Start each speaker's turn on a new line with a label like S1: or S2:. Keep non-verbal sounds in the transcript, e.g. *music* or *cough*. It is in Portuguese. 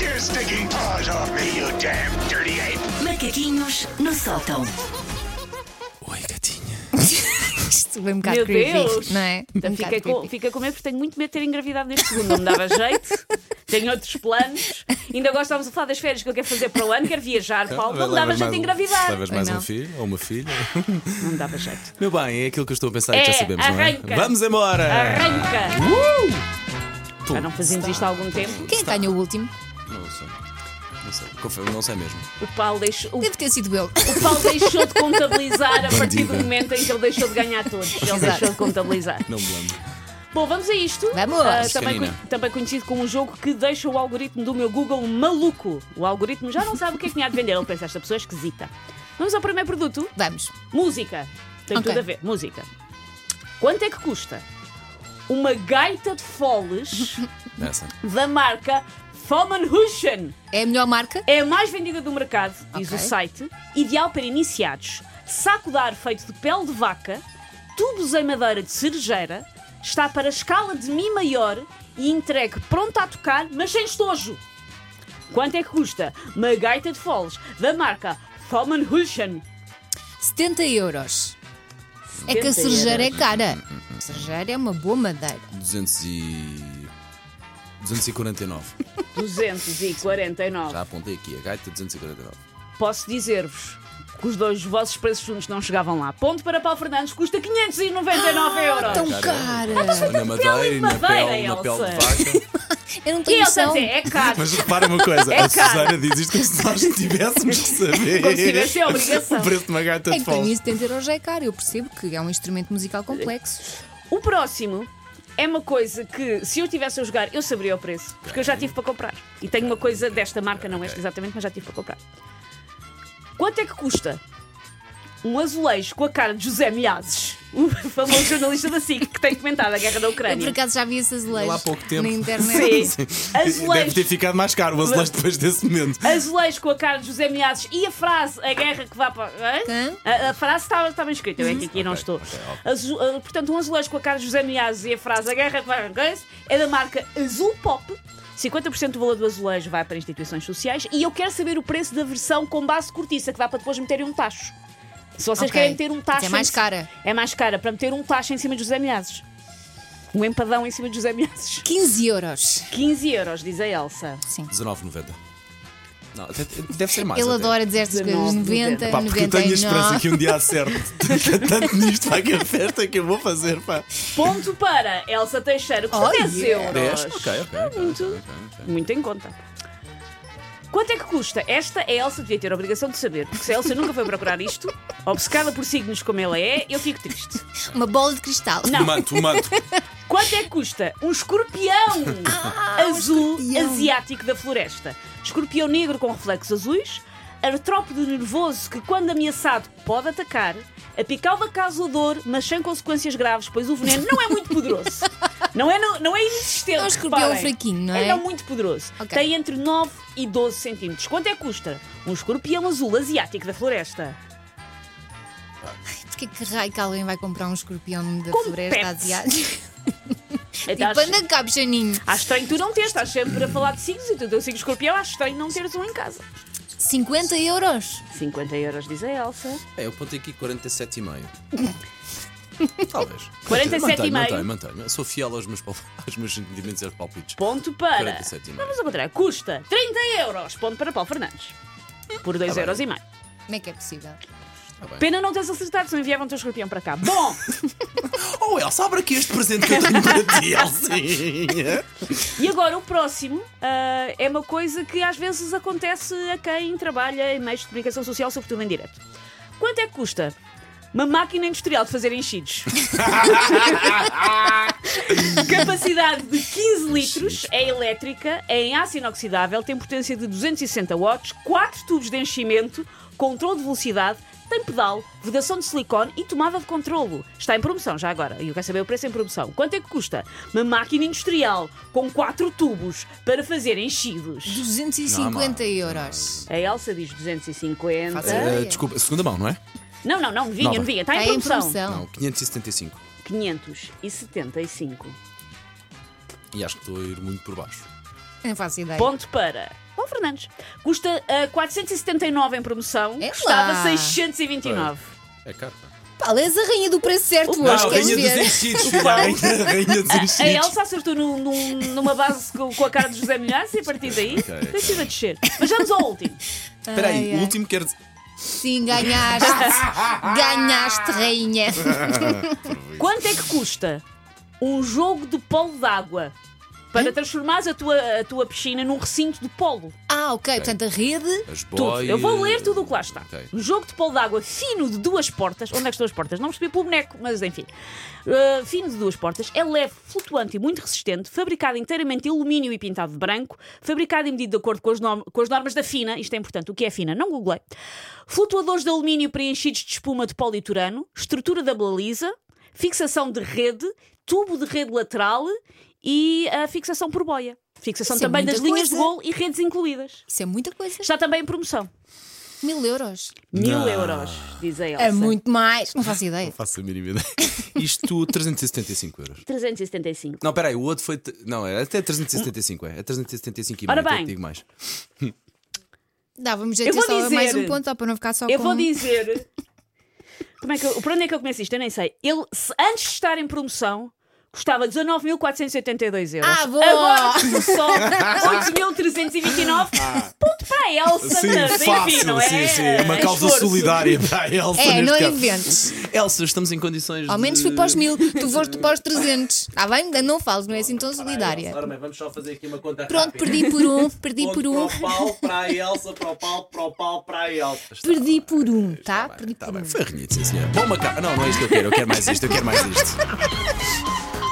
S1: your stinking paws off me, you damn dirty ape!
S2: Macaquinhos no sótão.
S3: Oi, gatinha.
S4: Isto foi um bocado
S5: Meu
S4: creepy,
S5: Deus!
S4: não é?
S5: Então
S4: um
S5: fica,
S4: bocado
S5: com,
S4: creepy.
S5: fica com medo porque tenho muito medo de ter engravidado neste segundo. Não me
S4: *laughs*
S5: dava jeito. Tenho outros planos. Ainda agora estávamos a falar das férias que eu quero fazer para o ano, quero viajar, Paulo. Não me dava
S3: Levas
S5: jeito
S3: mais
S5: de
S3: um-
S5: engravidar.
S3: Levas mais
S4: Não.
S3: um filho ou uma filha?
S5: Não me dava jeito.
S3: Meu bem, é aquilo que eu estou a pensar e
S5: É,
S3: já sabemos, não é?
S5: arranca.
S3: Vamos embora!
S5: Arranca!
S3: Pum.
S5: Já não fazíamos isto há algum tempo.
S4: Quem ganhou o último?
S3: Não sei. Não sei. Confio, não sei mesmo.
S5: O Paulo deixou. o-
S4: Deve ter sido eu.
S5: O Paulo deixou de contabilizar a partir
S3: Bandida.
S5: do momento em que ele deixou de ganhar todos. Ele
S4: Exato.
S5: deixou de contabilizar.
S3: Não me lembro.
S5: Bom, vamos a isto.
S4: Vamos.
S5: Ah, também,
S3: Carina.
S5: con- também conhecido como um jogo que deixa o algoritmo do meu Google maluco. O algoritmo já não sabe o que é que me há de vender. Ele pensa, esta pessoa é esquisita. Vamos ao primeiro produto.
S4: Vamos.
S5: Música. Tem
S4: Ok.
S5: tudo a ver. Música. Quanto é que custa uma gaita de
S4: *laughs*
S5: foles
S3: Essa.
S5: da marca Fomenhuschen?
S4: É a melhor marca?
S5: É a mais vendida do mercado, diz
S4: Ok.
S5: o site. Ideal para iniciados. Saco de ar feito de pele de vaca, tubos em madeira de cerejeira, está para escala de Mi maior e entregue pronto a tocar, mas sem estojo. Quanto é que custa uma gaita de foles da marca Fomenhuschen?
S4: 70 euros. É que a
S5: 70
S4: cerejeira é cara. A cerejeira é uma boa madeira.
S3: 200 e... 249. *laughs*
S5: 249.
S3: Já apontei aqui, a gaita 249.
S5: Ah, Posso dizer-vos que os dois vossos preços juntos não chegavam lá. Ponto para Paulo Fernandes, custa 599 euros.
S4: Tão
S5: então
S4: cara.
S3: Na madeira e na
S5: madeira,
S3: pele, na pele
S5: Elsa.
S3: de vaca.
S4: Eu não
S5: Ah, E
S4: tenho
S5: ele está a
S4: noção.
S5: dizer, é caro.
S3: Mas repara uma coisa,
S5: É
S3: a
S5: caro.
S3: Susana diz isto como se nós tivéssemos que
S5: *laughs*
S3: saber.
S5: Como se tivesse é a obrigação.
S3: O preço de uma gaita
S4: É
S3: de
S4: que para mim
S3: foles.
S4: 70 euros já é caro. Eu percebo que é um instrumento musical complexo.
S5: O próximo é uma coisa que, se eu tivesse a jogar, eu saberia o preço, porque eu já tive para comprar. E tenho uma coisa desta marca, não esta exatamente, mas já tive para comprar. Quanto é que custa um azulejo com a cara de José Milhazes, *laughs* o famoso jornalista da SIC que tem comentado a guerra da
S4: Eu por
S5: Ucrânia?
S4: acaso já vi esse azulejo
S3: Há pouco tempo.
S4: na internet.
S5: Sim,
S3: Deve ter
S5: azulejo.
S3: ficado mais caro o azulejo depois desse momento.
S5: Azulejo com a cara de José Milhazes e a frase, a guerra que vá para.
S4: Hã?
S5: Hã? A, a frase estava, estava escrita, eu é que aqui não
S3: Uhum. Ok,
S5: estou.
S3: ok,
S5: Azu- ah, portanto, um azulejo com a cara de José Milhazes e a frase a guerra que vai arrancar é da marca Azul Pop. 50% do valor do azulejo vai para instituições sociais e eu quero saber o preço da versão com base de cortiça, que dá para depois meterem um tacho. Se vocês
S4: Ok.
S5: querem meter um tacho.
S4: Mas é mais
S5: em ci-
S4: cara.
S5: É mais cara para meter um tacho em cima de José Milhazes. Um empadão em cima de José Milhazes.
S4: 15 euros.
S5: 15 euros, diz a Elsa.
S4: Sim.
S3: 19,90. Não, deve- deve ser mais.
S4: Ele
S3: até.
S4: adora dizer estas coisas.
S5: 19,
S4: 90,
S3: Pá, porque eu tenho a esperança
S4: 99.
S3: que um dia acerte *laughs* tanto nisto vai que a festa que eu vou fazer, pá.
S5: Ponto para Elsa Teixeira, custa
S4: Oh,
S5: 10
S4: yeah.
S5: euros.
S3: ok, ok.
S5: muito. Muito em conta. Quanto é que custa? Esta é a Elsa devia ter a obrigação de saber, porque se a Elsa nunca foi procurar isto, obcecada por signos como ela é, eu fico triste.
S4: Uma bola de cristal.
S5: Não.
S3: Manto, manto.
S5: Quanto é que custa
S4: *laughs*
S5: um escorpião azul
S4: Ah, um escorpião.
S5: asiático da floresta? Escorpião negro com reflexos azuis, artrópode nervoso que, quando ameaçado, pode atacar, apicalva caso a dor, mas sem consequências graves, pois o veneno não é muito poderoso. Não é, não, não é inexistente.
S4: É um escorpião
S5: reparem.
S4: fraquinho, não é?
S5: É não muito poderoso.
S4: Ok.
S5: Tem entre 9 e 12 centímetros. Quanto é que custa um escorpião azul asiático da floresta?
S4: Porquê é que raio que alguém vai comprar um escorpião da
S5: Como
S4: floresta
S5: pets. *laughs*
S4: asiática?
S5: Até
S4: Tipo,
S5: acho-
S4: anda cá, bichaninho.
S5: Acho estranho tu não teres, estás sempre a falar de signos então, e tu teu signo escorpião, acho estranho não teres um em casa.
S4: 50 euros.
S5: 50 euros, diz a Elsa.
S3: É, eu ponto aqui
S5: *laughs*
S3: 47,5. Talvez.
S5: 47,5.
S3: Mantenho, mantenho, mantenho. Sou fiel aos meus, pal- *laughs* aos meus sentimentos e aos palpites.
S5: Ponto para.
S3: 47,5.
S5: Vamos ao contrário. Custa 30 euros. Ponto para Paulo Fernandes. Por 2
S3: bem.
S5: euros e meio.
S4: Como é que é possível?
S5: Pena não teres acertado se não enviavam o teu escorpião para cá. Bom,
S3: Oh, Elsa, abre aqui este presente que eu tenho para *laughs* ti, Elsinha.
S5: e agora o próximo ah, é uma coisa que às vezes acontece a quem trabalha em meios de comunicação social, sobretudo em direto. Quanto é que custa uma máquina industrial de fazer enchidos? Capacidade de 15 litros, é elétrica, é em aço inoxidável, tem potência de 260 watts, 4 tubos de enchimento, controle de velocidade, tem pedal, vedação de silicone e tomada de controlo. Está em promoção já agora. E eu quero saber o preço em promoção. Quanto é que custa? Uma máquina industrial com 4 tubos para fazer enchidos.
S4: 250 euros.
S5: A Elsa diz 250.
S4: Faça ideia.
S3: Eh, desculpa, segunda mão, não é?
S5: Não, não, não, vinha,
S3: Nova.
S5: não vinha. Está Tá em
S4: Está Tá em
S5: promoção.
S4: promoção.
S3: Não, 575.
S5: 575.
S3: E acho que estou a ir muito por baixo.
S4: Não faço ideia.
S5: Ponto para. Paulo Fernandes. Custa ah, 479 em promoção.
S4: É lá.
S5: Custava 629.
S6: É caro.
S4: Pá, lês a rainha do preço certo,
S5: Não,
S4: Lourdes,
S3: Não,
S4: queres
S3: rainha dos
S4: ver?
S3: enchidos, filha. A rainha, a rainha dos
S5: A, a
S3: enchidos.
S5: Elsa acertou num- num- numa base com, com a cara de José Milhares e a partir daí
S6: ok.
S5: tem sido a descer. Mas vamos ao último.
S3: Espera
S4: Ai,
S3: aí, o
S4: ai.
S3: último quer dizer. *laughs*
S4: Sim, ganhaste. ganhaste, rainha.
S5: Quanto é que custa um jogo de polo d'água para transformares a tua, a tua piscina num recinto de polo?
S4: Ah, ok. Portanto, a rede.
S6: As
S5: Tudo.
S6: boias.
S5: Eu vou ler tudo o que lá está.
S6: Ok.
S5: Um jogo de polo d'água fino de duas portas. Onde é que estão as portas? Não percebi pelo boneco, mas enfim. Uh, fino de duas portas. É leve, flutuante e muito resistente. Fabricado inteiramente de alumínio e pintado de branco. Fabricado e medido de acordo com as, norm- com as normas da FINA. Isto é importante. O que é FINA? Não googlei. Flutuadores de alumínio preenchidos de espuma de politurano. Estrutura da baliza. Fixação de rede. Tubo de rede lateral. E a fixação por boia. Fixação
S4: Isso é
S5: também
S4: muita
S5: das linhas de
S4: coisa.
S5: gol e redes incluídas.
S4: Isso é muita coisa.
S5: Está também em promoção.
S4: Mil euros.
S5: Mil euros, diz a Elsa.
S4: É muito mais. Não faço ideia.
S6: Faço a mínima
S3: *laughs*
S6: ideia. Isto 375 euros.
S5: 375.
S6: Não, peraí, o outro foi. t- Não, é até 375, é. É 375 e
S5: Ora
S6: meio, então
S5: bem.
S6: digo mais.
S4: Dávamos
S5: Eu
S4: jeito
S5: vou
S4: só a
S5: dizer-
S4: mais um ponto, só para não ficar só
S5: Eu
S4: com. um.
S5: vou dizer. Como é que eu, por onde é que eu começo isto? Eu nem sei. Ele, se- antes de estar em promoção, custava 19.482 euros.
S4: Ah, boa!
S5: Agora
S4: *laughs*
S5: só 8.329. Ponto para a Elsa. mas enfim, não é?
S3: Ah. sim, sim. É
S4: *laughs*
S3: uma causa
S5: esforço.
S3: solidária para a Elsa.
S4: É,
S3: neste
S4: não
S3: caso.
S4: inventes.
S3: Elsa, estamos em condições.
S4: Ao menos
S3: de...
S4: fui para os mil, tu foste para os 300. Ah, bem, não fales, não é assim tão solidária.
S7: Ora bem, vamos só fazer aqui uma conta
S4: Pronto,
S7: rápida.
S4: perdi por um, perdi
S7: Ponto
S4: por
S7: Para
S4: um,
S7: o pau, para a Elsa, para o pau, para o pau, para a Elsa.
S4: perdi por um, tá? Perdi
S6: Está
S4: por
S6: bem,
S4: um.
S6: foi renhido, sim senhor. Bom, macaco. Não, não é isto que eu quero, eu quero mais isto, eu quero mais isto.